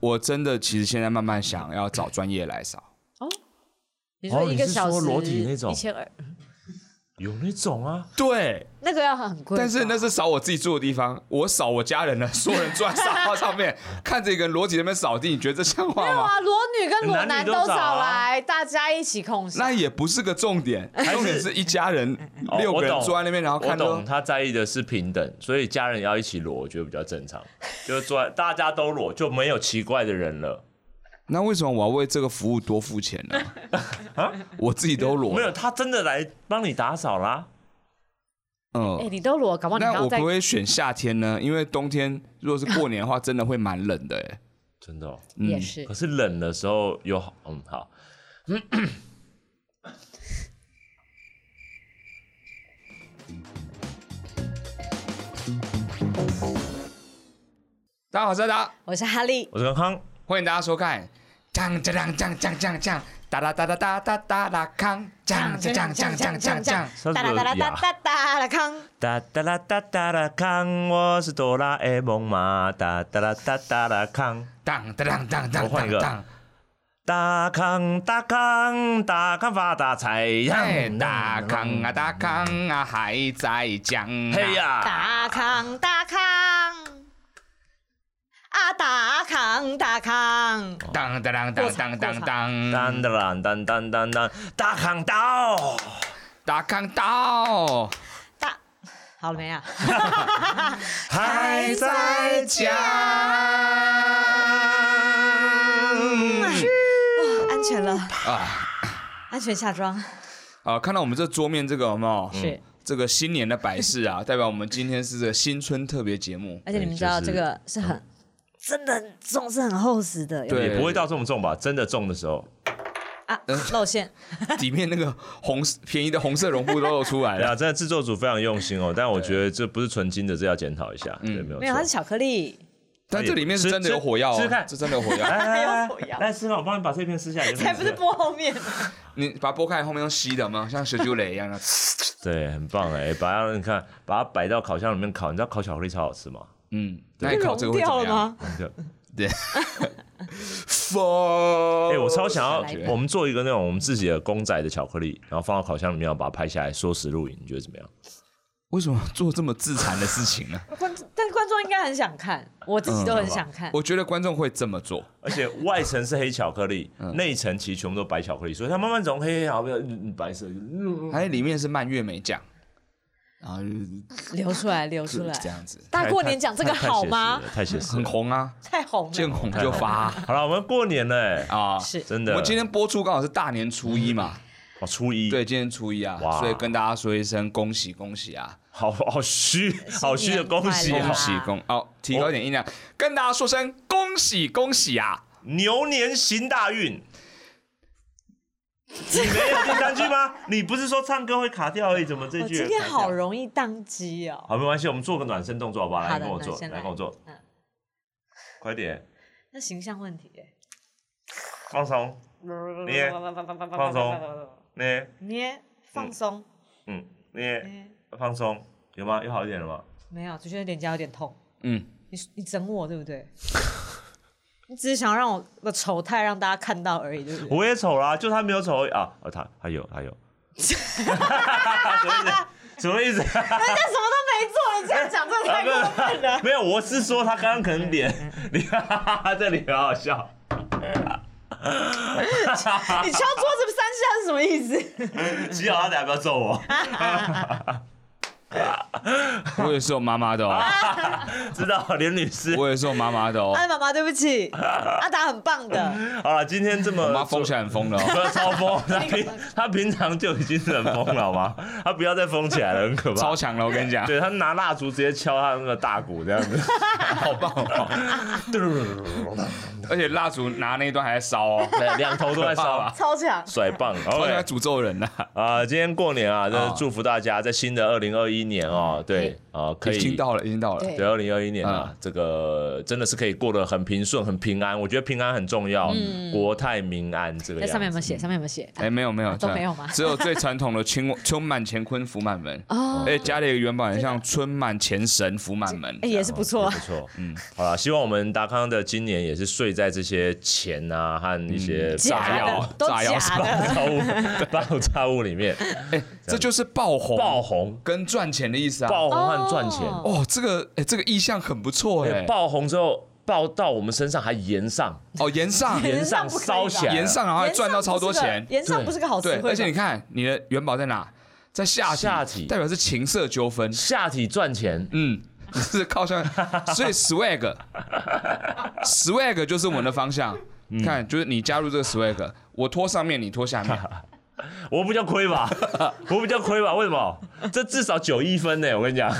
我真的其实现在慢慢想要找专业来扫，你哦说一你个是小时说裸体那种一千二，有那种啊，对，那个要很贵吧，但是那是扫我自己住的地方，我扫我家人的，所有人坐在沙发上 面看着一个人裸体在那边扫地，你觉得这像话没有吗？啊，裸女跟裸男男女都都找啊找来，大家一起控制。那也不是个重点，是重点是一家人哦六个我人懂坐在那边，然后我看到懂，他在意的是平等，所以家人也要一起裸，我觉得比较正常。 就是坐在大家都裸，就没有奇怪的人了。那为什么我要为这个服务多付钱呢？ 我自己都裸没，有，他真的来帮你打扫啦。哎，嗯，你都裸，搞不好你刚那刚我在不会选夏天呢，因为冬天如果是过年的话，真的会蛮冷的哎。真的、哦，也是可是冷的时候有好，嗯，好，大家好，我是阿达，我是哈利，我是康康，欢迎大家收看。锵锵锵锵锵锵锵，哒哒哒哒哒哒哒哒康，锵锵锵锵锵锵锵。上次哒啦有哒啦哒呀哒哒啦康，哒哒啦哒哒啦康，我是哆啦 A 梦嘛，哒哒啦哒哒啦康，当当当当我当换一当个当，大康大康大康发大财嗯哎呀，，大康啊大康啊还在讲啊，嘿呀，大康大康，啊大康大康，当当当当当当当，当当当当当当当，大康到，大康到大好了没啊？ 还在讲，嗯哇安全了啊安全下装啊！看到我们这桌面这个有没有？是。这个新年的摆饰啊，代表我们今天是这个新春特别节目。而且你们对嗯知道就这是个是很真的很重，是很厚实的，有没有对也不会到这么重吧？真的重的时候，啊嗯露馅。 里面那个红便宜的红色绒布都露出来哎呀，了，真的制作组非常用心哦，但我觉得这不是纯金的，这要检讨一下。对， 没有没有，它是错。巧克力。但这里面是真的有火药吃吃哦，看哎这真的有火药。来来来不要来，来，师傅，我帮你把这片撕下来。才不是播后面，你把它剥开，后面用吸的，有没有像雪球雷一样的？对，很棒哎，把它你看，把它摆到烤箱里面烤，你知道烤巧克力超好吃吗？嗯，那哎 不你烤这个融会怎掉么了样？吗？对。对，风。哎、我超想要来一，个我们做一个那种我们自己的公仔的巧克力，然后放到烤箱里面，然后把它拍下来，缩时录影，你觉得怎么样？为什么做这么自残的事情 呢？观众，但观众应该很想看，我自己都很想嗯看。我觉得观众会这么做。而且外层是黑巧克力，内层其实全部都白巧克力，所以它慢慢从黑黑好不要白色，嗯还有里面是蔓越莓酱，然后就流出来，流出是来。这样子，大过年讲这个好吗？太写实很了，太写实了。红啊，太红见了，红就发 啊好了，我们过年了、哎啊。是真的。我今天播出刚好是大年初一嘛，哦初一，对，，今天初一啊，哇所以跟大家说一声恭喜恭喜啊，好好虚，好虚的恭喜新年啊恭快！喜恭哦，提高一点音量，跟大家说声恭喜恭喜啊！牛年行 大运。你没有第三句吗？你不是说唱歌会卡掉而已，怎么这我句也今天卡掉好容易宕机哦。好，没关系，我们做个暖身动作好不好？来好的跟我做暖，身来来跟我做，嗯快点，那形象问题耶，放松，捏放松，捏，捏放松，嗯，捏，捏放松，有吗？有好一点了吗？没有，就觉得脸颊有点痛。嗯，你你整我对不对？ 你只是想让我的丑态让大家看到而已，对不 对？我也丑啦，就他没有丑而已啊，哦，他他有，他有，什么意思？什么意思？人哎家什么都没做，你这样讲这太过分了。 没有，我是说他刚刚可能脸，脸，这里很好笑。你敲桌子三下是什么意思？幸好他等下不要揍我，我也是有妈妈 的哦，知道连女士。我也是有妈妈的 哦，阿妈妈，对不起，阿达很棒 的，好了，今天这么我妈疯起来很疯的哦。不要超疯，他平他平常就已经很疯了，好吗？他不要再疯起来了，很可怕超。强了，我跟你讲，对他拿蜡烛直接敲他那个大鼓这样子， 好棒哦好棒！而且蜡烛拿那一段还在烧哦，对，两头都在烧，超强。甩棒。 好像在 OK 诅咒人呢、啊。啊、今天过年啊，真的哦祝福大家在新的二零二一年哦，对啊、可已以经。到了，已经到了。对对，二零二一年啊，这个真的是可以过得很平顺、很平安。我觉得平安很重要，国泰民安这个哎那上面有样没子。有写？上面有没有写？哎、没有没有，啊都这样没有吗只有最传统的春春满乾坤福满门，哎哦而且加了一个原版，很像春满前神福满门哎，。也是不错不。错，嗯，好了，希望我们达康的今年也是睡在在这些钱啊和一些嗯炸假药啊的、都炸药是假吧的， 爆物、爆炸物里面哎，这就是爆红、爆红、跟赚钱的意思啊。爆红和赚钱。哦哦，这个哎，这个意向很不错哎。爆红之后爆到我们身上还延上，哦，延 上，延延上上不可以烧吧起来了，延上，然后还赚到超多钱。延上不是个好对词，汇吧，而且你看你的元宝在哪？在下体，下体代表是情色纠纷。下体赚钱，嗯，是靠 向，所以 swag swag 就是我们的方向。嗯看，就是你加入这个 swag，我拖上面，你拖下 面。我比较 亏吧，我比较亏吧，为什么？这至少九一分呢，我跟你讲，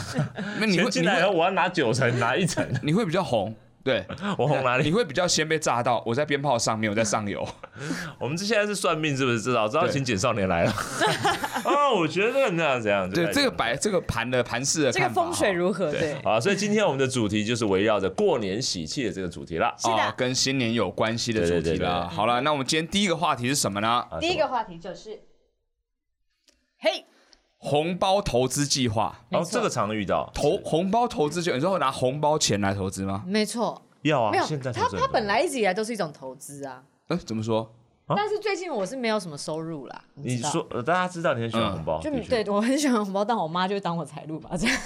那 你会钱你进来以后哦会我要拿九成，拿 一成，你会比较红， 对，我红哪你里？会比较先被炸到。我在鞭炮上面，我在上游。我们这现在是算命是不是？知道知道，对请简少年 来了。哦，我觉得那样怎样？对，这个白。摆这个盘的盘式的这个看法哦风水哈如何？对，好，所以今天我们的主题就是围绕着过年喜气的这个主题啦。是的哦，跟新年有关系的主对对题对啦。对好了，那我们今天第一个话题是什么呢？啊第一个话题就是，嘿，红包投资计划，什没么，哦，这错个常遇到，投红包投资就你说拿红包钱来投资吗？没错，要啊没，有现在，它才是它本来一直以来都是一种投资啊，呃，嗯怎么说？啊但是最近我是没有什么收入啦，你知道。说，呃大家知道你很喜欢红包，嗯就的确对我很喜欢红包，但我妈就会当我财路吧，这样。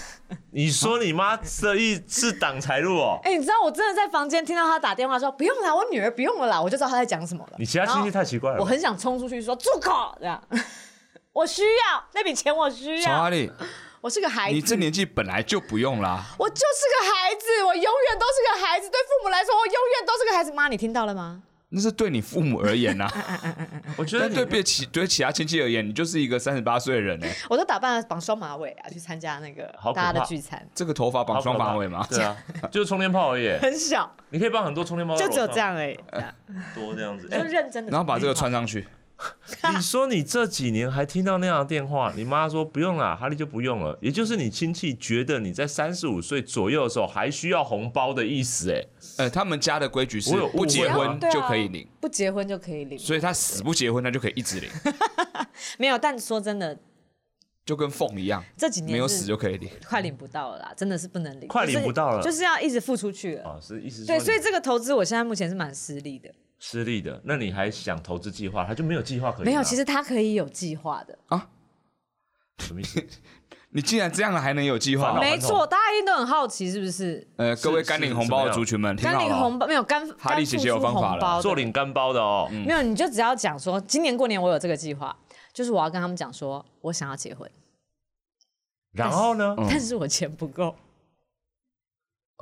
你说你妈这一是挡财路哦，哎、你知道我真的在房间听到她打电话说不用啦，我女儿不用了啦，我就知道她在讲什么了。你其他亲戚太奇怪了我吧。很想冲出去说住口，这样。我需要那笔钱，我需啊小阿要。力，我是个哎孩啊你子，这年纪本来就不用啦。我就是个孩子，我永远都是个孩子。对父母来说，我永远都是个孩子。妈，你听到了吗？那是对你父母而言呐、 啊，我觉得但你对别其对其他亲戚而言，你就是一个三十八岁的人呢、我都打扮绑双马尾啊，去参加那个好可怕大家的聚餐，这个头发绑好可双怕马尾吗？对 啊，就是充电炮而已，很小，你可以帮很多充电炮，就只有这，样而已，这样多这样子。就认真的。啊然后把这个穿上去，哎你说你这几年还听到那样的电话，你妈说不用啦，哈利就不用了，也就是你亲戚觉得你在三十五岁左右的时候还需要红包的意思，哎，呃，他们家的规矩是我有不结误会婚吗对啊就可以领，不结婚就可以领，所以他死不结婚，他就可以一直领，啊没有。但说真的，就跟凤一样，这几年没有是死就可以领。快领不到了啦，真的是不能领，快领就是不到了就是要一直付出去了。啊，是意思是对，所说以你这个投资我现在目前是蛮失利的。失利的，那你还想投资计划，他就没有计划可以拿，没有，其实他可以有计划的，什么意思？你既然这样了，还能有计烦恼划老？没顽童错，大家一定都很好奇，是不是？呃，各位是干领是红包怎么的样族群们，听干好领了哦，红包没有干，哈利干姐付姐有出方法红了包的做领干包的哦，没有，你就只要讲说，今年过年我有这个计划，就是我要跟他们讲说，我想要结婚，然后呢？但是我钱不够，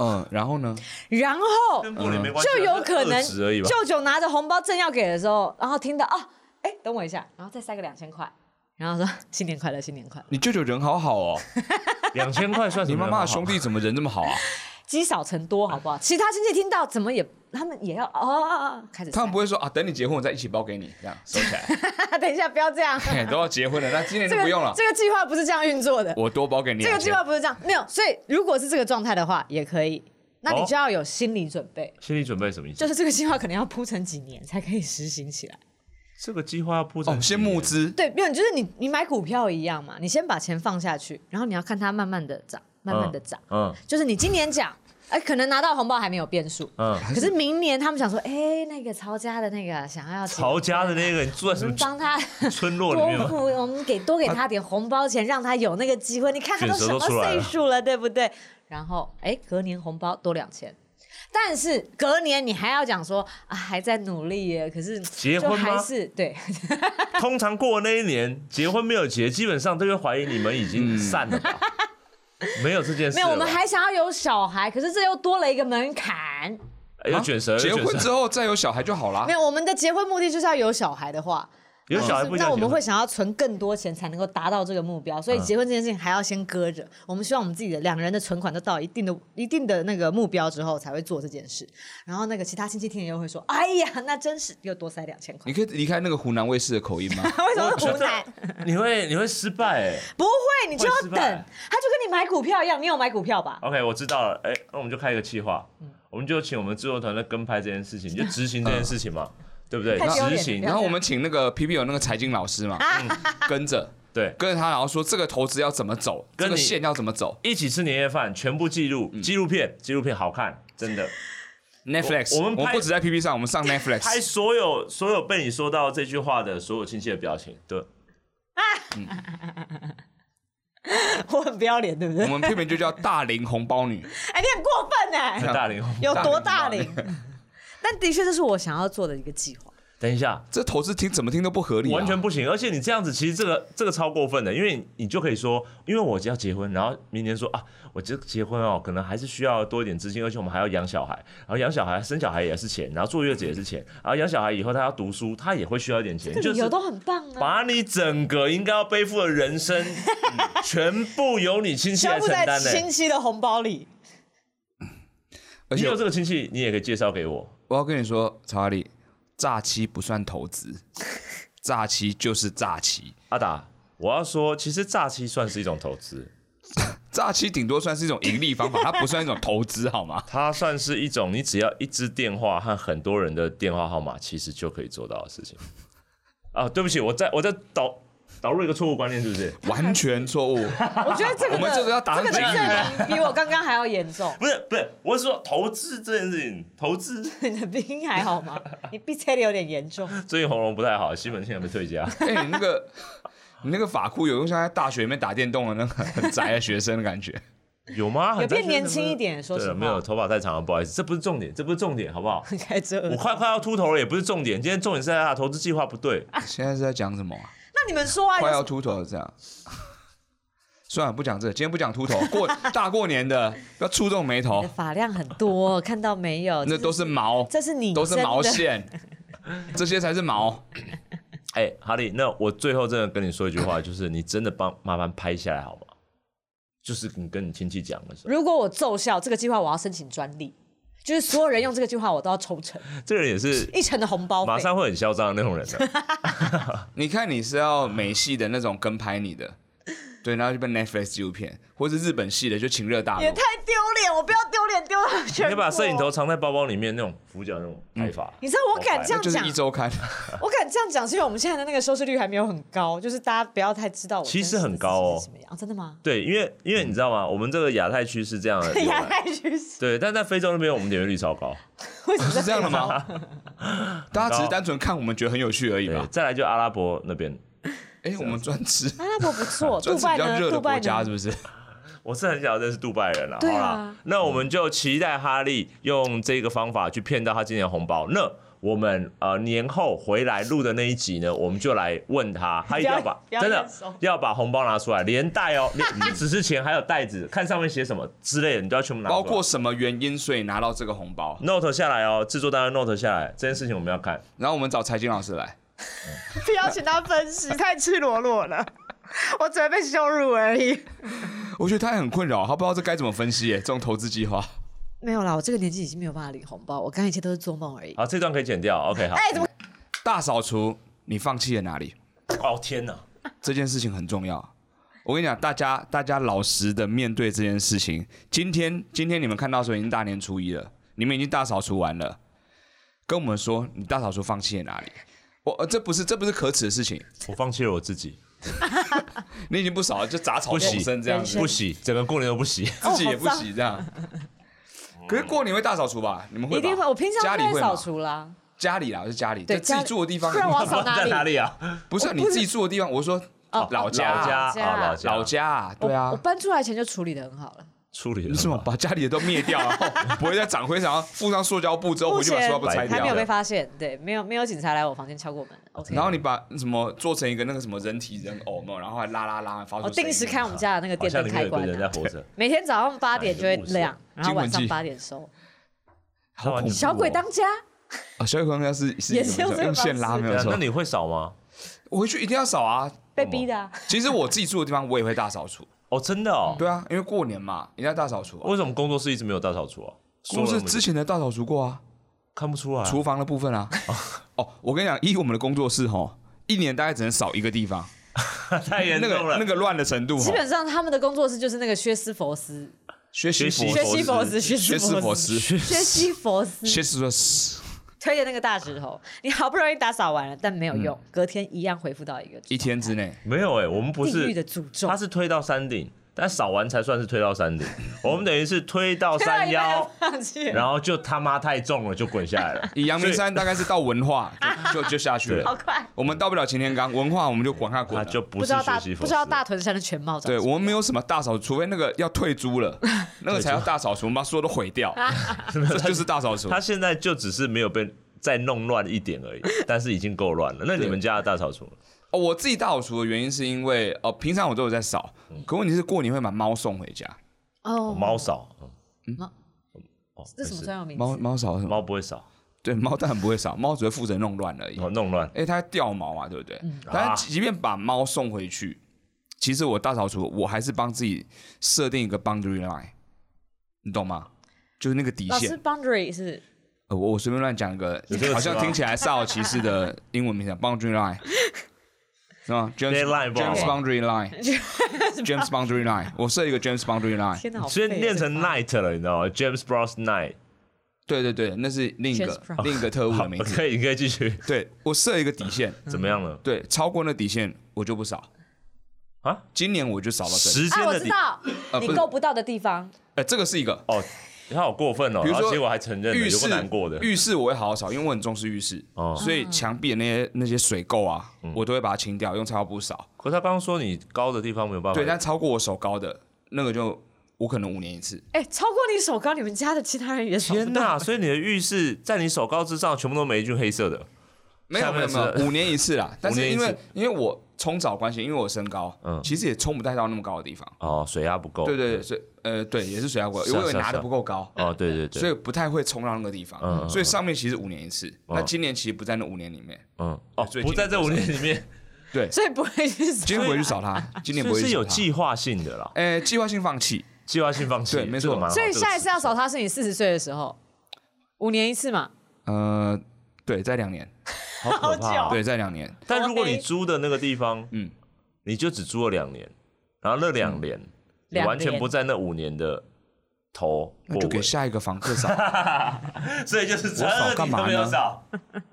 嗯，然后呢？然后跟过年没关系啊，就有可能这是二十而已吧。舅舅拿着红包正要给的时候，然后听到啊，哎，等我一下，然后再塞个两千块，然后说新年快乐，新年快乐，你舅舅人好好 哦，两千块算什你么？妈妈的兄弟怎么人这么好啊？积少成多，好不好？其他亲戚听到怎么也，他们也要哦哦，哦开始塞，他们不会说啊，等你结婚我再一起包给你，这样收起来。 等一下不要这样，嘿都要结婚了，那今年这就个不用了，这个计划不是这样运作的，我多包给你啊这个两计千。划不是这样，没有，所以如果是这个状态的话，也可以，那你哦就要有心理准备。心理准备什么意思？就是这个计划可能要铺成几年才可以实行起来。这个计划要铺哦，成先募资，对，没有，就是你你买股票一样嘛，你先把钱放下去，然后你要看它慢慢的涨，慢慢的涨。嗯就是你今年讲，哎、可能拿到红包还没有变数，嗯，可是明年他们想说，哎、那个曹家的那个想要结婚曹家的那个，你住在我什么们帮他 村落里面多吗？付，我们给多给他点红包钱，让他有那个机会。你看他都卷舌什么都出来了岁数了，对不对？然后，哎，隔年红包多两千。但是隔年你还要讲说啊，还在努力耶，可是结婚就还吗是对，通常过那一年结婚没有结，基本上都会怀疑你们已经散了 吧？没有这件事没有，了吧，我们还想要有小孩，可是这又多了一个门槛。哎有卷舌，结有卷婚舌之后再有小孩就好啦没。有，我们的结婚目的就是要有小孩的话，有小孩就不是一那定要我们结婚嗯会想要存更多钱才能够达到这个目标，所以结婚这件事情还要先搁着。我们希望我们自己的两人的存款都到一定的、一定的那个目标之后才会做这件事。然后那个其他亲戚听了又会说：“哎呀，那真是又多塞两千块。你可以离开那个湖南卫视的口音吗？” 为什么是湖南？你会你会失败哎。不会，你就要会失等，败他就跟你买股票一样，你有买股票吧？ OK，我知道了。哎、那我们就开一个计划，我们就请我们制作团队跟拍这件事情，就执行这件事 情嘛，对不对？太丢脸了执行不要然后我们请那个 P P 有那个财经老师嘛，啊嗯跟着对，跟着他，然后说这个投资要怎么走，跟这个你线要怎么走。嗯 一起吃年夜饭，全部记录纪录片，纪录片好看，真的。 Netflix，我我们拍不止在 PP 上，我们上拍 Netflix。所有所有被你说到这句话的所有亲戚的表情，对，我很不要脸，对不对嗯我？们片名就叫《大龄红包女》，哎，你很过分 哎、很大脸红。有多大龄？ 但的确，这是我想要做的一个计划。等一下，这投资听怎么听都不合理、啊， 完全不行，而且你这样子，其实这个这个超过分的，因为你就可以说，因为我要结婚，然后明年说啊，我这结婚哦，可能还是需要多一点资金，而且我们还要养小孩，然后养小孩、生小孩也是钱，然后坐月子也是钱，然后养小孩以后他要读书，他也会需要一点钱，这个就理由是都很棒啊，把你整个应该要背负的人 生，嗯全部由你亲戚来全部承在担欸呢。亲戚的红包里。而你且有这个亲戚，你也可以介绍给我。我要跟你说，查理，诈欺不算投 资，诈欺就是诈欺，阿达，我要说，其实诈欺算是一种投资，诈欺顶多算是一种盈利方法，它不算一种投资，好 吗？它算是一种你只要一支电话和很多人的电话号码，其实就可以做到的事情。 啊，对不起，我在我在导导入一个错误观念，是不是？。完全错 误。我觉得这个的我们这个要打上这个警语的比比我刚刚还要严重 不是不是，我是说投资这件事情，投资 你的鼻音还好吗？你鼻塞的有点严重。啊最近喉咙不太好，西门庆还没退家。哎、你那个你那个法库有用像在大学里面打电动的那个很宅的学生的感觉。 有吗？有变年轻一点说实对，话没有头发太长了，不好意思，这不是重点，这不是重点，好不好？ 你开这，我快快要秃头了，也不是重点。今天重点是在他的投资计划不对。啊现在是在讲什么、啊？那你们说啊，快有要秃头了这样。 算了，不讲这个，今天不讲秃头。过 大过年的，不要触动眉你头 的，发量很多，看到没有？那都是毛，这是你都是真的毛 线，这些才是毛。 哎、哈利，那我最后真的跟你说一句话，就是你真的帮麻烦拍下来好吗？就是你跟你亲戚讲的时候，如果我奏效，这个计划我要申请专利，就是所有人用这个计划，我都要 抽成这个人也是一成的红包费。马上会很嚣张的那种人啊 的。你看你是要美系的那种跟拍你的，对，然后就被 Netflix 纪录片，或是日本系的就情热大也陆太。丢脸，我不要丢脸丢到全你国。要把摄影头，藏在包包里面，那种俯角那种拍法。你知道我敢这样哦就是讲一，周刊， 我敢这样讲，是因为我们现在的那个收视率还没有很高，就是大家不要太知道我其实真实很高哦自己是什么样？真的吗？对，因为因为你知道吗？我们这个亚太区是这样的啊地 亚方，太趋势对，但在非洲那边我们点阅率超高。为什么是这样的吗？吗？大家只是单纯看我们觉得很有趣而已对吧，？再来就阿拉伯那边，哎，我们专吃阿拉伯啊不错，专杜吃拜比较呢？热的杜拜国呢家是不是？我是很想认识杜拜人了、对啊好啦，那我们就期待哈利用这个方法去骗到他今年的红包。那我们呃年后回来录的那一集呢，我们就来问 他，他一定要把不要真的不要验收要把红包拿出来，连带哦，连不 只是钱，还有袋子，看上面写什么之类的，你都要全部拿出来。包括什么原因所以拿到这个红包？ note 下来哦，制作单位 note 下来，这件事情我们要看。然后我们找财经老师来， 不要请他分析，太赤裸裸了，我只会被羞辱而已。我觉得他也很困扰，他不知道这该怎么分析耶。这种投资计划，没有啦，我这个年纪已经没有办法领红包，我刚才一切都是做梦而啊已。好，这段可以剪掉。OK，好。哎，怎么？大扫除，你放弃了哪里？哦天哪，这件事情很重要。我跟你讲，大家大家老实的面对这件事情。今天今天你们看到的时候已经大年初一了，你们已经大扫除完了，跟我们说你大扫除放弃了哪里？我呃，这不是这不是可耻的事情，我放弃了我自己，你已经不扫了，就杂草不洗丛生这样子，不洗，整个过年都不洗。自己也哦不好脏洗这样。可是过年会大扫除吧？你们会吧？一定会，我平常家里都会在吗扫除啦。家里啦，我是家里，对在自家己里住的地方，不然我要扫 哪在里？哪里啊？不是啊你自己住的地方。我说哦老家老家啊，老家，老家啊，对我我啊，搬出来前就处理的很好了。处理你了怎么吗？ 把家里的都灭 掉，然后不会再长灰，然后附上塑胶布之后目回去把塑前胶布拆还掉没有？被发现，对，没有没有警察来我房间敲过门。OK，然后你把什么做成一个那个什么人体人偶嘛，然后还拉拉拉发出我声音。哦定时看我们家的那个好电像灯里面开有个关人啊，在活着。每天早上八点就会亮，然后惊晚魂上记八点收。好恐怖哦小鬼当家，啊，小鬼当家是是也是用这个用线拉方式没对有啊错那。你会扫吗？我回去一定要扫啊！被逼的啊。其实我自己住的地方我也会大扫除，哦，真的哦。对啊，因为过年嘛，一定要大扫除啊。为什么工作室一直没有大扫除啊？公说司了那么久之前的大扫除过啊，看不出来啊，厨房的部分啊。哦，我跟你讲，以我们的工作室吼，一年大概只能扫一个地方， 太严那重个了。那个乱的程度吼基，本上他们的工作室就是那个薛斯佛斯、学习学习佛薛西佛斯、薛学斯斯佛佛斯、斯，薛西佛斯学斯佛斯，推的那个大石头，你好不容易打扫完了，但没有用，隔天一样恢复到一个一天之内没有哎，我们不地狱是，的诅咒他。是推到山顶，但扫完才算是推到山顶。 我们等于是推到山 腰，放弃了，然后就他妈太重了，就滚下 来了。以阳明山大概是到文化就就就下去对了好，快，我们到不了擎天岗，文化我们就往下滚他了。啊就不不知是道学大习啊不佛知师道，大屯山的全貌长对什么我们没有什么大扫除，除非那个要退租了，那个才要大扫除，我们把所有都毁掉，这就是大 扫除。他现在就只是没有被再弄乱一点 而已，但是已经够乱了。那你们家的大扫除，哦，我自己大扫除的原因是因为哦，平常我都有在扫，嗯可问题是过年会把猫送回家，哦猫扫，嗯猫哦这什么啊没事专有名猫词？猫扫什么？猫不会扫，对，猫当然不会扫，猫只会负责弄乱而已。哦，弄乱。哎、它掉毛嘛，对不对？嗯啊但是即便把猫送回去，其实我大扫除，我还是帮自己设定一个 boundary line，你懂吗？就是那个底老线师。boundary 是呃，我我随便乱讲一个有这，个好词像吗听起来煞有其事 的英文名字 boundary line，是吗？James Deadline James 不好 boundary line，James boundary line，我设一个 James boundary line。天哪，好所以废啊念成这个 night 了，你知道吗？James Bros night，对对对，那是另一 James 个 Brown 另一个特务好的名，字。可以，你可以继续。对我设一个底线，怎么样了？对，超过那底线我就不扫啊。今年我就扫到这里，时间啊，我的知底道呃你不是够不到的地方，呃，这个是一个哦，他好过分哦，比如然后说结果还承认了，浴有室个难过的。浴室我会好好扫，因为我很重视浴室，哦嗯所嗯以墙壁的那些那些水垢啊，我都会把它清掉，用菜刀布扫。可是他刚刚说你高的地方没有办法，啊对，但超过我手高的那个就我可能五年一次。哎，超过你手高，你们家的其他人也扫不天到哪！所以你的浴室在你手高之上，全部都每一具黑色的。没有下没面有是没有，五年一次 啦。但是因五年为一次因为我冲澡关系，因为我身高，嗯其实也冲不太到那么高的地方。哦，水压不够。对对对，所以呃对，也是水压过，是因啊为我是啊拿是的啊不够高，哦，对对对，所以不太会冲到那个地嗯方。嗯哦所以上面其实五年一次，那今年其实不在那五年里面。嗯，哦所，以不今在年这五年里面，所以不会去扫今年不会去扫它，今年不啊会所以去是扫有它。计划性的啦，呃，计划性放弃，计划性放弃，对没错这个蛮好。所以啊这个下一次要是扫他是你四十岁的时候，五年一次嘛。呃，对，在两年，好可怕好哦。久对，在两年，但如果你租的那个地方，嗯嗯，你就只租了两年，然后那两年你两完全年不在那五年的头那或就给尾，下一个房客扫。 所以就是我扫干嘛都没有呢扫。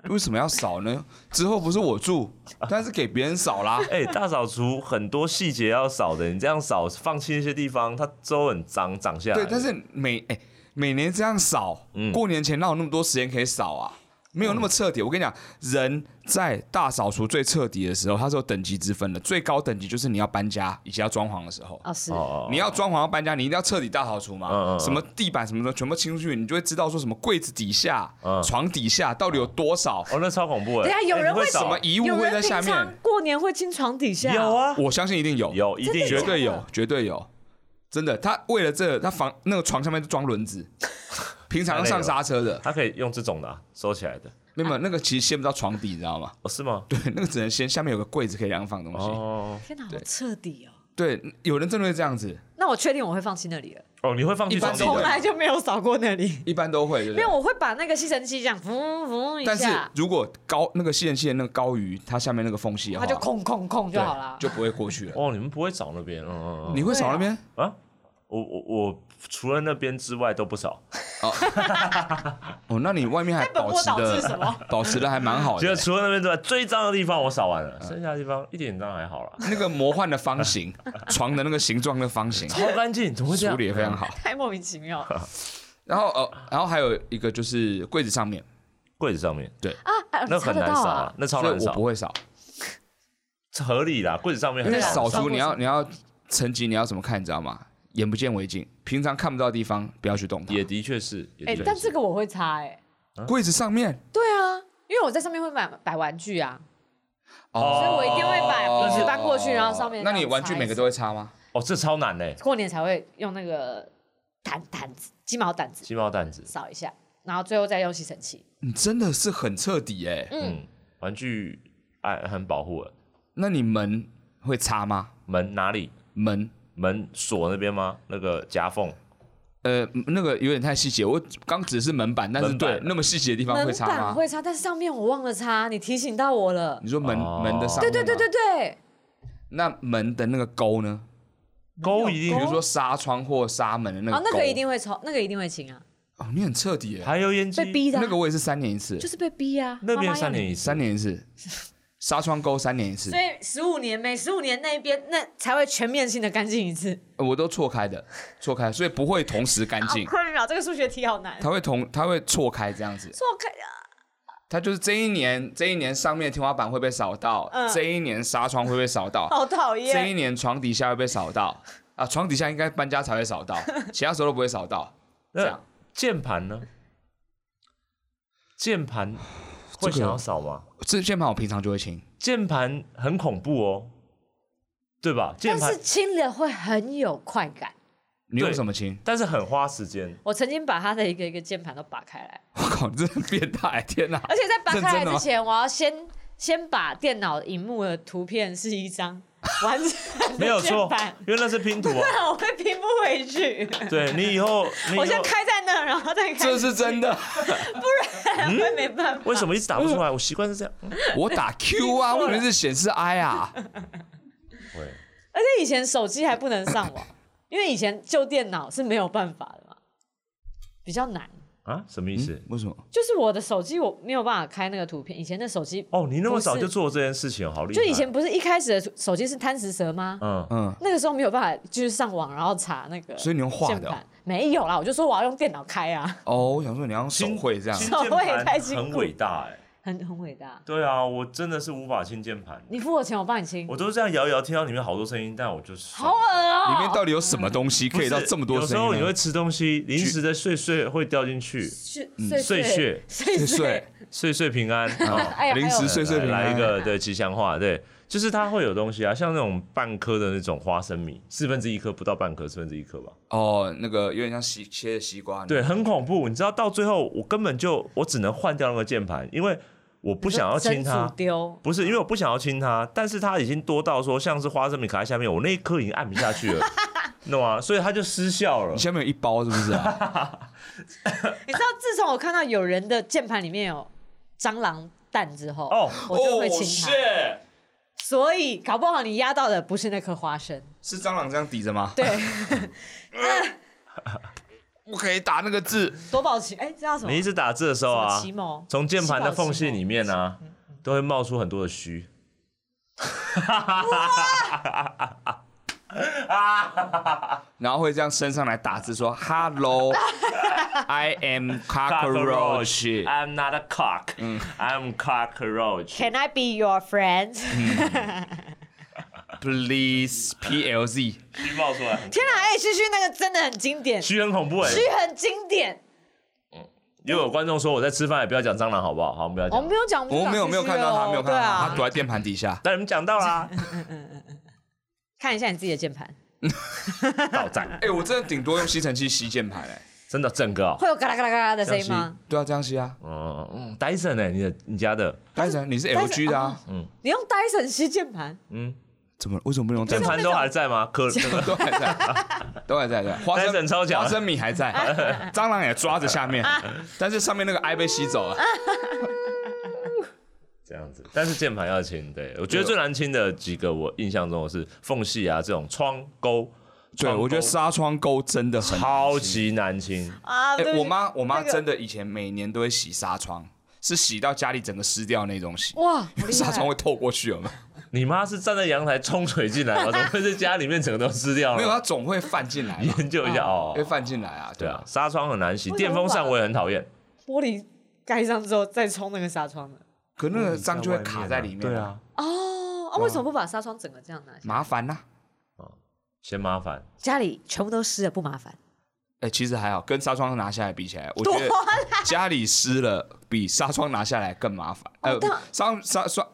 为什么要扫呢？之后不是我 住，但是给别人扫啦。哎、大扫除很多细节要扫的，你这样扫，放弃一些地方，它都很脏，长下来。 对，但是每哎、每年这样扫，嗯过年前哪有那么多时间可以扫啊？没有那么彻底。我跟你讲，人在大扫除最彻底的时候，它是有等级之分的。最高等级就是你要搬家以及要装潢的时候。哦，是哦哦，你要装潢要搬家，你一定要彻底大扫除嘛？嗯嗯嗯什么地板什么的全部清出去，你就会知道说什么柜子底下、嗯床底下到底有多少。哦，那超恐怖哎！等一下有哎人你会会扫什么吗？遗物会在下面有人平常过年会清床底下，有，啊，我相信一定有，有一定绝有。对真有的，绝对有，真的。他为了这个他房那个床上面就装轮子，平常上刹车的，他可以用这种的啊、收起来的，没有没有那个其实掀不到床底，你知道吗？ 哦，是吗？对，那个只能掀下面有个柜子可以让放东西。哦天哪，好彻底哦。对，有人真的会这样子，那我确定我会放弃那里了，哦，你会放弃一般床底都从会的？来就没有扫过那里，一般都会，对不因为对？我会把那个吸尘器这样嗡嗡一但是下，如果高那个线线那个高于它下面那个缝隙的它话，就啊空空空就对好了。就不会过去了。哦，你们不会扫那边，嗯嗯嗯。你会扫那边？啊，我我我除了那边之外都不扫，哦，那你外面还本保末持倒置什么的保持的还蛮好就的是。除了那边之外最脏的地方我扫完了，剩下的地方一点脏还好啦，那个魔幻的方形，床的那个形状的方形，超干净，怎么会这样？处理的非常好。 太莫名其妙啊！然后呃，然后还有一个就是柜子上面，柜子上面哎那 查很得难到扫啊啊，，那超所以难我扫不，会扫，合理啦，柜子上因面很为对啊扫扫除过你扫要你要层级你要怎么看，你知道吗？眼不见为净，平常看不到的地方不要去动它。也的确是，也哎的确，但是这个我会擦哎，柜子上面对啊，因为我在上面会买摆玩具啊，所以哦，我一定会把哦椅子搬过去，然后上面那这你样玩具擦一每个次都会擦吗？哦，这超难嘞，过年才会用那个掸掸子、鸡毛掸子鸡毛掸子，扫一下，然后最后再用吸尘器。你真的是很彻底哎。嗯，玩具哎很保护了，那你门会擦吗？门哪里？门门锁那边吗？那个夹缝呃，那个有点太细节，我刚只是门板，但是门板对那么细节的地方会门擦板吗？会擦，但是上面我忘了擦，你提醒到我了。你说门哦门的上对面，对对对，对，那门的那个钩呢？勾一比定如说纱窗或纱门的那个哦，钩，那个一定会抽，那个一定会清啊，哦，你很彻底耶。排油烟机被，逼的啊，那个我也是三年一次就，是被逼啊，那妈边妈要三你年一次三，年一次，纱窗沟三年一次所，以十五年每十五年那一边那才会全面性的干净一次，呃我都错开的，错开，所以不会同时干好净，困扰，这个数学题好难。 它会同它会错开这样子，错开啊，它就是这一年这一年上面的天花板会被扫到，嗯这一年纱窗会被扫到，好讨这一厌。啊年床底下会被扫到啊，床底下应该搬家才会扫 到，其他时候都不会扫到。这那样键盘呢？键盘会这个想要扫吗？这键盘我平常就会清，键盘很恐怖哦，对吧？键但盘是清了会很有快感。你用对什么清？但是很花时间。我曾经把它的一个一个键盘都拔开来，我靠，你这很变态！天哪！而且在拔开认真的来吗之前，我要先先把电脑荧幕的图片是一张完整没有的键错盘，，因为那是拼图不 啊。然我会拼不回去。对你以后，你以后我先开在那，然后再开，这是真的，我也没办法。嗯为什么一直打不出来？我习惯是这样。嗯我打 Q 啊，为什么是显示 I 啊？会而且以前手机还不能上网，因为以前旧电脑是没有办法的嘛，比较难。啊？什么意思？为什么？就是我的手机我没有办法开那个图片，以前的手机哦，你那么早不就是做这件事情，好厉害。就以前，不是一开始的手机是贪食蛇吗？嗯，嗯，那个时候没有办法就是上网，然后查那个，所以你用画的哦没有啦，我就说我要用电脑开啊， 哦，我想说你要用手绘这样，新手键绘太盘辛苦很伟大哎。很很伟大。对啊，我真的是无法清键盘，你付我钱，我帮你清，我都是这样摇一摇，听到里面好多声音，但我就是好恶里面哦、到底有什么东西不可是以到这么多有时声候音呢？啊你会吃东西，零食的碎碎会掉进去，碎碎碎屑碎碎碎，碎碎平安。 啊哎呀，零食还有碎碎来平安来一个对吉祥话，对，就是它会有东西啊，像那种半颗的那种花生米，四分之一颗不到半颗，四分之一颗吧。哦，那个有点像西切的西瓜，对，，很恐怖。你知道到最后，我根本就我只能换掉那个键盘，因为我不想要亲整它组。丢，不是因为我不想要亲它，但是它已经多到说像是花生米卡在下面，我那一颗已经按不下去了，你懂吗？所以它就失效了你。下面有一包是不是啊？你知道，自从我看到有人的键盘里面有蟑螂蛋之后，哦 我就会亲它。 shit 所以搞不好你压到的不是那颗花生，是蟑螂这样抵着吗？对， 不可以打那个字，夺宝奇，哎、这叫什么？你一直打字的时候什么啊奇，谋？从键盘的缝隙里面啊，都会冒出很多的虚。然后会这样升上来打字说 “Hello，I am cockroach”。 I'm not a cock. I'm cockroach. Can I be your friend？、 Please PLZ，虚冒出来 很，天哪，哎、旭旭那个真的很经典，虚很恐怖哎、旭很经典。又 有观众说我在吃饭，也不要讲蟑螂好不好？好，我们不要我们讲哦没。有讲，我们没有没有看到他，没有看到他，他，他对啊躲在键盘底下。但你们讲到啊啦，看一下你自己的键盘，到站，哎，我真的顶多用吸尘器吸键盘哎。真的正哥、 哦。会有嘎啦嘎啦嘎啦的声音吗？对啊，这样吸啊。嗯嗯，Dyson 哎、你的你家的戴森，你是 LG 的啊？你用 Dyson 吸键盘，怎么为什么不能用键键盘？盘都还在吗？可那个都还在，都还在，对。 花戴森生超强花生米还 在，蟑螂也抓着下 面，但是上面那个 I 被吸走了。这样子，但是键盘要清。对我觉得最难清的几个，我印象中的是缝隙啊，这种窗钩。对，窗我觉得钩纱窗钩真的很超级难清。啊，哎、对不起我妈我妈那个真的以前每年都会洗纱窗，是洗到家里整个湿掉那种洗，哇，好厉害纱窗会透过去有没有？你妈是站在阳台冲水进来吗？怎么会在家里面整个都湿掉了？没有，啊它总会泛进来 嘛，研究一下哦会。泛进来啊，对对啊啊，，纱窗很难洗，为什么电风扇我也很讨厌。玻璃盖上之后再冲那个纱窗的。可那个脏就会卡在里面，对，啊，哦，啊，为什么不把纱窗整个这样拿下？麻烦呐、嫌麻烦。家里全部都湿了，不麻烦。哎、其实还好，跟纱窗拿下来比起来，我觉得家里湿了比纱窗拿下来更麻烦。呃哦但，纱纱纱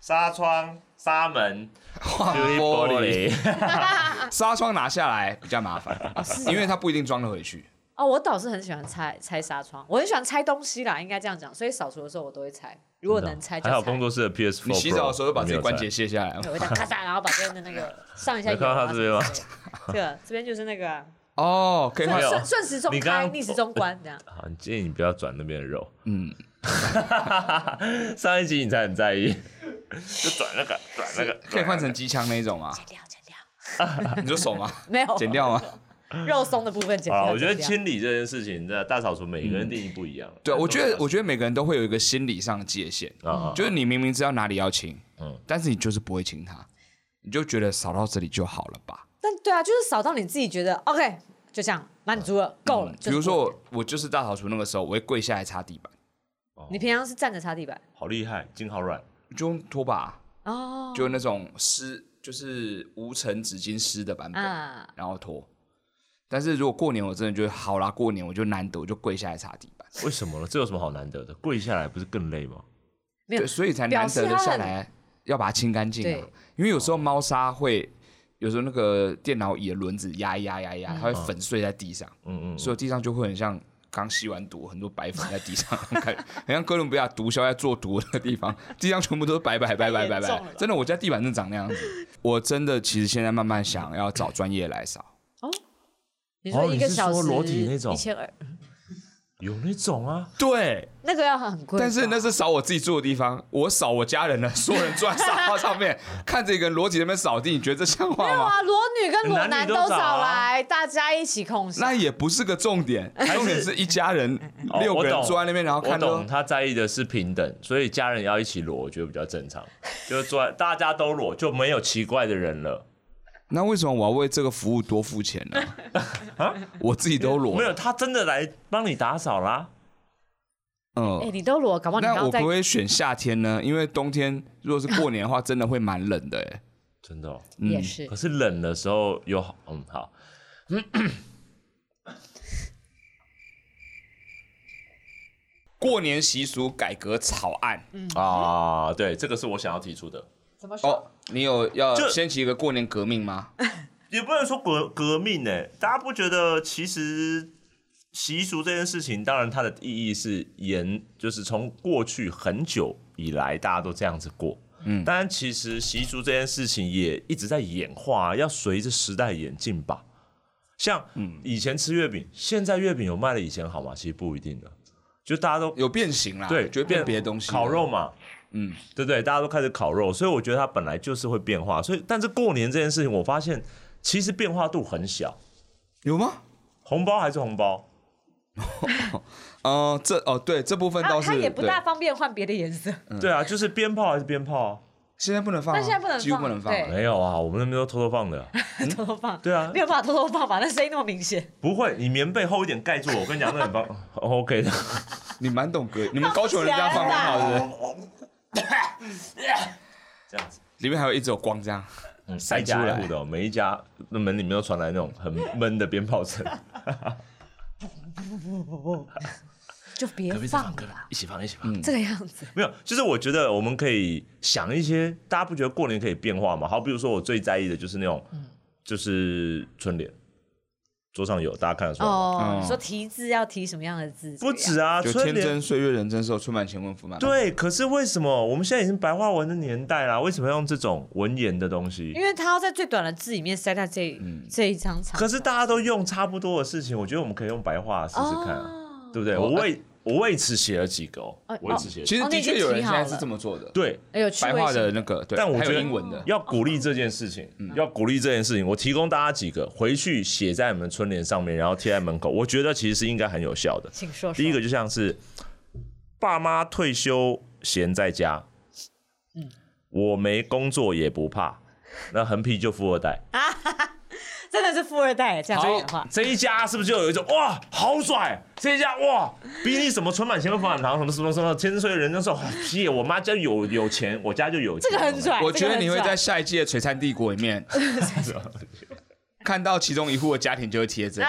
纱窗、纱门、画玻玻璃，璃，纱窗拿下来比较麻烦，因为它不一定装得回去。哦，我倒是很喜欢拆拆纱窗，我很喜欢拆东西啦，应该这样讲。所以扫除的时候我都会拆，如果能拆就还拆。好工作室的 PS4。你洗澡的时候就把自己关节。卸下来嘛对，我会这样咔嚓，然后把这边的那个上一下没油看到啊他什这边么吗之类的。这个这边就是那个啊哦，可以换没有顺顺时钟你刚呃开，刚逆时钟关这样。好，你建议你不要转那边的肉。嗯。 上一集你才很在意，就转那个，转那个，可以换成机枪那一种吗？剪掉，剪掉，你说手吗？没有剪掉吗？肉松的部分减啊，掉。我觉得减掉清理这件事情，那大扫除每个人定义不一样。对，我哦觉得我觉嗯得每个人都会有一个心理上的界限，得啊，就是你明明知道哪里要清，嗯但是你就是不会清它，你就觉得扫到这里就好了吧？但对啊，就是扫到你自己觉得 OK，就这样满足嗯了，够了。嗯比就是如说够了我我就是大扫除那个时候，我会跪下来擦地板，你平常是站着擦地板好厉害，筋好软。就用拖把，哦，就那种湿，就是无尘纸巾湿的版本，啊，然后拖。但是如果过年我真的觉得好啦，过年我就难得我就跪下来擦地板，为什么呢？这有什么好难得的？跪下来不是更累吗？没有对，所以才表难示得的它下很来要把它清干净啊对。因为有时候猫砂会，有时候那个电脑椅的轮子压一压压一压，嗯它会粉碎在地上，嗯嗯，所以地上就会很像刚吸完毒，很多白粉在地上，很感觉很像哥伦比亚毒枭在做毒的地方，地上全部都是白白白白白太严重白了吧。真的，我家地板真的长那样子。我真的其实现在慢慢想要找专业来扫，你说哦一你个是小时说裸体那种一千二，有那种啊，对，那个要很贵吧，但是那是扫我自己住的地方，我扫我家人的，所有人坐在沙发上面 看着一个人裸体在那边扫地，你觉得这像话吗？啊哇，裸女跟裸男男女都都找少啊来，大家一起控制。 那也不是个重点，是重点是一家人哦六个我人懂坐在那边，然后我看懂到他在意的是平等，所以家人要一起裸，我觉得比较正常。 就是坐在大家都裸，就没有奇怪的人了。那为什么我要为这个服务多付钱呢？我自己都裸没，有，他真的来帮你打扫啦。哎、嗯，你都裸，搞不好你刚那刚我在不会选夏天呢，因为冬天如果是过年的话，真的会蛮冷的。哎，真的、哦，嗯也是可是冷的时候有好，嗯，好，过年习俗改革草案嗯啊，对，这个是我想要提出的，怎么说？哦，你有要就掀起一个过年革命 吗？也不能说革革命呢、大家不觉得其实习俗这件事情，当然它的意义是沿，就是从过去很久以来大家都这样子过。嗯，当然，其实习俗这件事情也一直在演化、要随着时代演进吧。像以前吃月饼，现在月饼有卖的以前好吗？其实不一定的，就大家都有变形啦，对，就会变别的东西，烤肉嘛，嗯嗯，对不对？大家都开始烤肉，所以我觉得它本来就是会变化。所以，但是过年这件事情，我发现其实变化度很小，有吗？红包还是红包，哦，这哦对，这部分他倒是他啊也不对嗯大方便换别的颜色，对啊，就是鞭炮还是鞭炮啊，现在不能放啊，那现在不能几乎放不能放啊。对没有啊，我们那边都偷偷放的， 偷偷放。对啊没有办法偷偷放吧？那声音那么明显，不会，你棉被厚一点盖住我，我跟你讲，那很棒 ，OK 的，你蛮懂歌，你们高雄人这样放很好是不是？这样子。里面还有一直有光这样，嗯，塞挨出家来挨户的哦、每一家那门里面都传来那种很闷的鞭炮声。就别放了啦，一起放，一起放。这个样子。没有，就是我觉得我们可以想一些，大家不觉得过年可以变化吗？好，比如说我最在意的就是那种，嗯就是春联，桌上有，大家看得出来吗。哦，嗯你说题字要题什么样的字？不这止样啊，就春天联。真岁月人真寿，春满乾坤，福满。，对，可是为什么我们现在已经白话文的年代啦？为什么要用这种文言的东西因？为他要在最短的字里面塞在这嗯这一张长。可是大家都用差不多的事情，我觉得我们可以用白话试试看啊，哦对不对？哦我为我为此写了几个哦哦，为此写了几其个实哦那的已经确有人提现好在是了这么做的，对，哎有趣味白话性的那个，对，但我还有觉得英文的，嗯要鼓励这件事情，要鼓励这件事情。我提供大家几个回去写在你们春联上面，然后贴在门口，我觉得其实是应该很有效的。请说说。第一个就像是爸妈退休闲在家，嗯我没工作也不怕，那横批就富二代。啊真的是富二代这样好讲话，这一家是不是就有一种哇好拽？这一家哇比你什么春满乾坤福满堂什么什么什么千岁人家说哦屁，我妈家有有钱，我家就有钱。这个很拽。我觉啊这个得很你会拽在下一季的《璀璨帝国》里面 看到其中一户的家庭就会贴这个，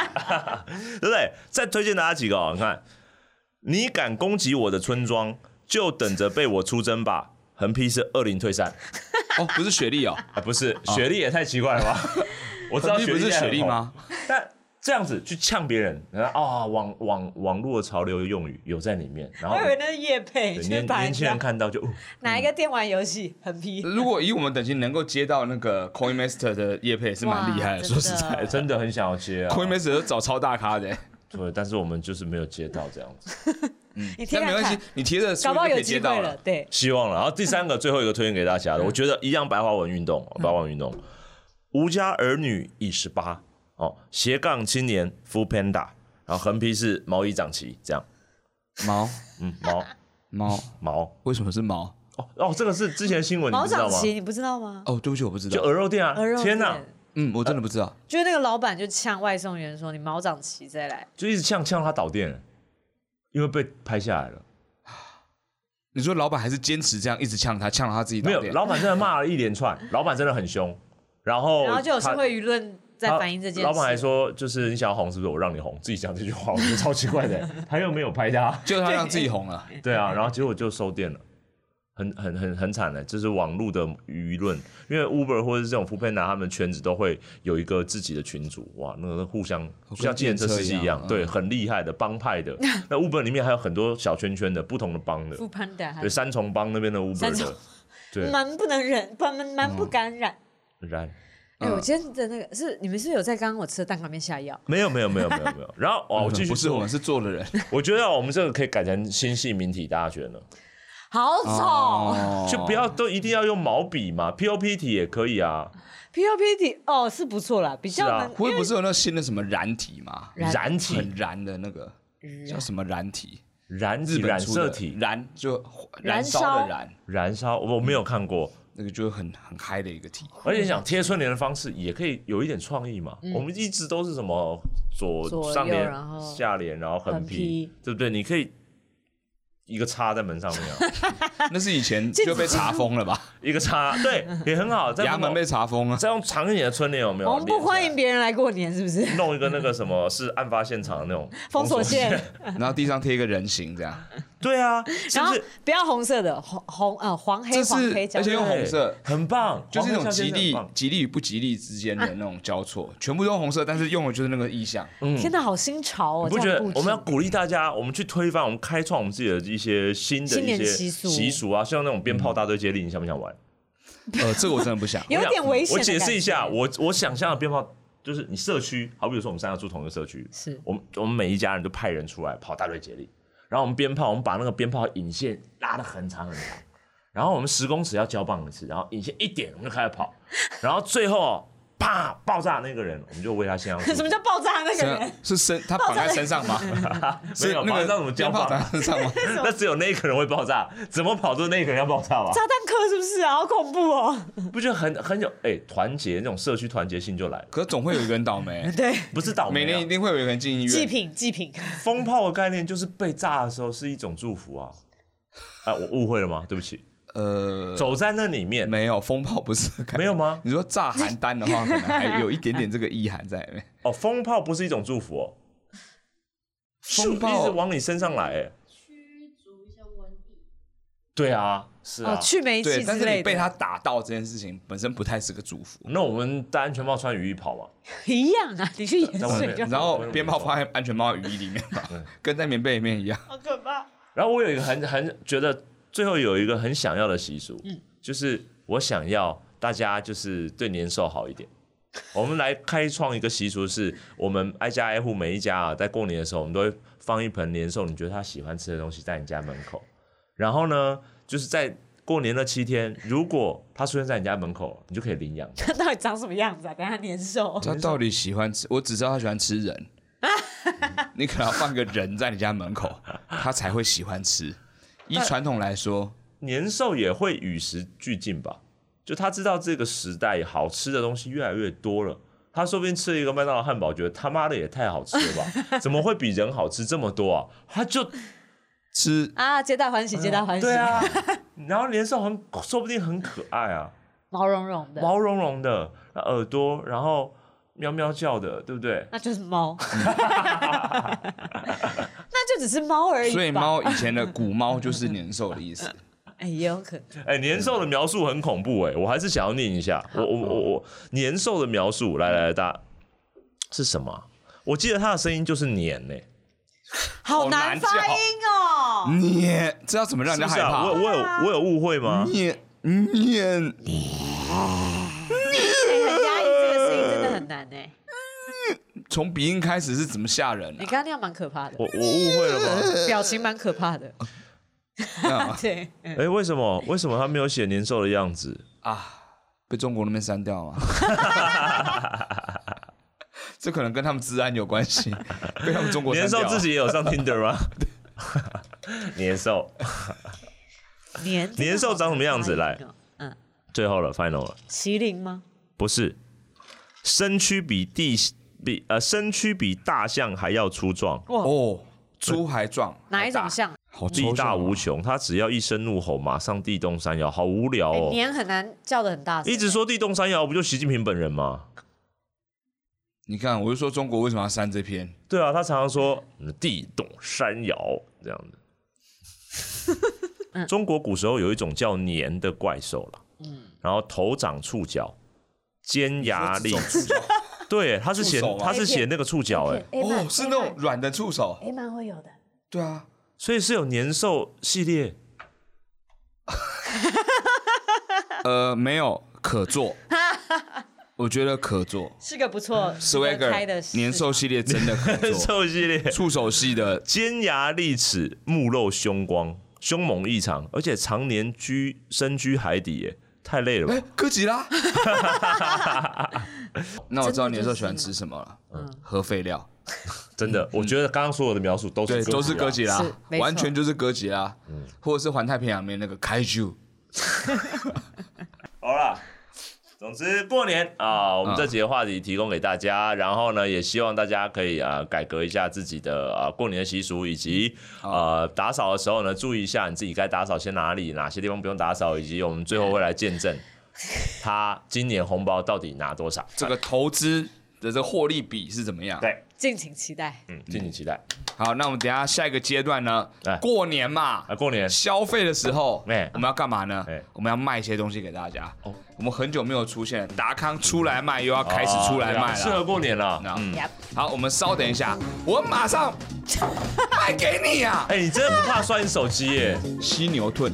对不对？再推荐大家几个哦，你看，你敢攻击我的村庄，就等着被我出征吧。横批是恶灵退散，哦，不是雪莉哦，啊、不是雪莉也太奇怪了 吧？我知道你雪不莉是现在雪很莉红？吗？但这样子去呛别人，然后啊、网网网络的潮流用语有在里面，然后我以为那是叶佩，对就是年把年人啊轻家人看到就、哦哪一个电玩游戏很皮，如果以我们等级能够接到那个 Coin Master 的叶配是蛮厉害的，哇说实在哎，真的很想要接啊， ，Coin Master 都找超大咖的，对，但是我们就是没有接到这样子，你听但没看关系啊看，，你贴着说搞不不定就可好有以接机到会了了。。对，希望了。然后第三个，嗯最后一个推荐给大家的，我觉得一样白话文运动，白话文运动，无家儿女已十八哦，斜杠青年 Food Panda，然后横批是毛衣长齐，这样，毛嗯， 毛毛毛为什么是毛？哦哦，这个是之前的新闻，你毛知道长吗？齐，你不知道吗？哦，对不起，我不知就道。鹅肉店啊，鹅肉天哪、哪，嗯，我真的不知道。就是那个老板就呛外送员说：“你毛长齐再来。就一直呛呛他倒店了，因为被拍下来了。你说老板还是坚持这样一直呛他，呛到他自己没有倒，店老板真的骂了一连 串，老板真的很凶。然”后然后就有社他会舆论在反映这件事。老板还说，就是你想要红，是不是我让你红？自己讲这句话，我觉得超奇 怪的。他又没有拍他，就他让自己红了。对啊， 然后结果就收店了，很很很很惨的，这是网络的舆论。因为 Uber 或者是这种 f o o p a n d a 他们圈子都会有一个自己的群组，哇，那个互相就像计程车司机跟计程车一样，一样对，嗯很厉害的帮派 的。那 Uber 里面还有很多小圈圈的不同的帮的，富潘达还对，三重帮那边的 Uber 嗯三重的，对，蛮不能忍，蛮蛮不敢染。然。哎、嗯我今天的那个是你们是不是有在刚刚我吃的蛋糕里面下药？没有没有没有没有没 有，然后哦，我继续不是做我们，是做的人。我觉得哦我们这个可以改成新系名体大全了，好丑、哦哦就不要都一定要用毛笔嘛，POP 体也可以啊， p O P T 哦是不错啦，比较是啊能、不会不是有那新的什么染体吗？染染体很燃的那个嗯叫什么染体？染日体本染出的色体燃就燃燃烧烧的燃，燃烧，我我没有看过，嗯那个就很很嗨的一 个体。而且想贴春联的方式也可以有一点创意嘛，我们一直都是什么嗯左左右上联然后、下联，然后横横批批，对不对？你可以一个叉在门上面 啊，那是以前就被查封了吧？一个叉，对，也很好，在衙门被查封啊。再用长一点的春联有没有？我们不欢连起来迎别人来过年，是不 是？弄一个那个什么是案发现场的那种封锁线，然后地上贴一个人形，这样，对啊，是然不后是不要红色的，红红呃黄黑这是黄黑交而且叉用红色对很棒，就是那黄种色先吉生利很棒吉利与不吉利之间啊的那种交错，全部都红色，但是用的就是那个意 象。天哪，好新潮哦！你不这样觉得布置我们要鼓励大家，我们去推翻，我们开创我们自己的一些新的新一年些习俗习俗啊，像那种鞭炮大队接力，你想不想玩？呃，这个我真的不想。有点危险我的感觉解释一下，我我想象的鞭炮就是你社区，好比如说我们三个住同一个社区，是 我们我们每一家人都派人出来跑大队接力，然后我们鞭炮，我们把那个鞭炮引线拉得很长很长，然后我们十公尺要交棒一次，然后引线一点我们就开始跑，然后最后啪爆炸那个人，我们就为他献上 祝福。什么叫爆炸那个啊人？是身他绑在身上吗？ 没是有那马个上怎么交鞭炮棒？绑在身上吗？那只有那个人会爆炸，怎么跑都那个人要爆炸吧？炸弹客是不是啊？好恐怖哦！不觉得很很有哎团结那种社区团结性就来了，可总会有一个人倒 霉，对，不是倒霉、每啊。年一定会有一个人进医祭院。品祭品，风炮的概念就是被炸的时候是一种祝福啊！啊，我误会了吗？对不起，呃，走在那里面没有风炮不是没有吗？你说炸邯郸的话，可能还有一点点这个意涵在里 面。哦，风炮不是一种祝福哦，咻 风一直炮往你身上来，哎，驱逐一些瘟疫。对啊，是哦啊，。去煤对，气之但是类你被的，哦他打到这件事情本身不太是个祝福。那我们戴安全帽穿雨衣跑嘛？一样啊！你去在演外水面就好然后鞭炮放在安全帽雨衣里面 嘛，跟在棉被里面一样。好可怕。然后我有一个很很觉得最后有一个很想要的习俗，就是我想要大家就是对年兽好一点。 我们来开创一个习俗是，我们挨家挨户每一家啊，在过年的时候，我们都会放一盆年兽，你觉得他喜欢吃的东西在你家门口。然后呢，就是在过年的七天，如果它出现在你家门口，你就可以领养。 他到底长什么样子啊？等下年兽，他到底喜欢吃？我只知道他喜欢吃人。 你可能要放个人在你家门 口，他才会喜欢吃。依传统来说，年兽也会与时俱进吧，就他知道这个时代好吃的东西越来越多了。他说不定吃了一个麦当劳汉堡，觉得他妈的也太好吃了吧？怎么会比人好吃这么多啊？他就吃啊，皆大欢喜，皆大欢喜。对啊，然后年兽很说不定很可爱啊，毛茸茸的，毛茸茸的耳朵，然后喵喵叫的，对不对？那就是 猫， 那就只是猫而已。所以，猫以前的古猫就是年兽的意思。哎，也有可能。哎，年兽的描述很恐怖哎、我还是想要念一下。我我我我年兽的描述，来来来，大家是什么啊？我记得它的声音就是年欸呢、好难发音哦。你这要怎么让是人不家是害啊？怕？我嗯我有我有误会吗？你你哎很压抑，这个声音真的很难哎。从鼻音开始是怎么吓人啊你刚刚那样蛮可怕的，我我误会了吗？表情蛮可怕的。啊？ 对，嗯哎、为什么为什么他没有写年兽的样子？ 啊，被中国那边删掉吗？这可能跟他们治安有关 系，跟他们中国年兽三屌啊自己也有上 Tinder 吗？年兽年年兽长什么样子来？嗯，最后了，final 了，麒麟吗？不是，身躯比地比呃身躯比大象还要粗壮，哇，哦，猪还壮，哪一还种大？像？好力抽象大哦无穷，它只要一声怒吼，马上地动山摇，好无聊哎哦。年很难叫的很大声，一直说地动山摇，不就习近平本人吗？你看，我就说中国为什么要删这篇？对啊，他常常说嗯地动山摇这样 的。中国古时候有一种叫年的怪兽了，然后头长触角，尖牙利说这种齿， 对，他是写触手吗他是写那个触角哎、 A 哦，漫是那种软的触手， A 哎漫会有的，对啊，所以是有年兽系列，呃，没有可 做，我觉得可做。是个不错嗯 Swagger 开啊的年兽系列真的可年 做，兽系列，触手系的尖牙利齿，目露凶光，凶猛异常，而且常年居身居海底耶，太累了吧哎，？哥吉拉。 那我知道年兽喜欢吃什么了，嗯核废料，真的，我觉得刚刚所有的描述都对，是都是哥哥吉吉拉是，没错完全就是哥吉拉，或者是环太平洋里面那个开 u 拉。好啦。总之，过年啊、我们这集的话题提供给大家，然后呢，也希望大家可以啊、呃改革一下自己的啊、呃过年的习俗，以及呃打扫的时候呢，注意一下你自己该打扫些哪里，哪些地方不用打扫，以及我们最后会来见证他今年红包到底拿多少。这个投资的这个获利比是怎么样？对，敬请期待。嗯，敬请期待。好，那我们等一下下一个阶段呢哎，过年嘛啊，，过年消费的时候，哎我们要干嘛呢哎？我们要卖一些东西给大家哦。我们很久没有出现了，达康出来卖又要开始出来卖啊适合了。过年了。那嗯， Yep 好，我们稍等一下，我马上卖给你啊！哎，你真的不怕摔你手机耶？犀牛盾，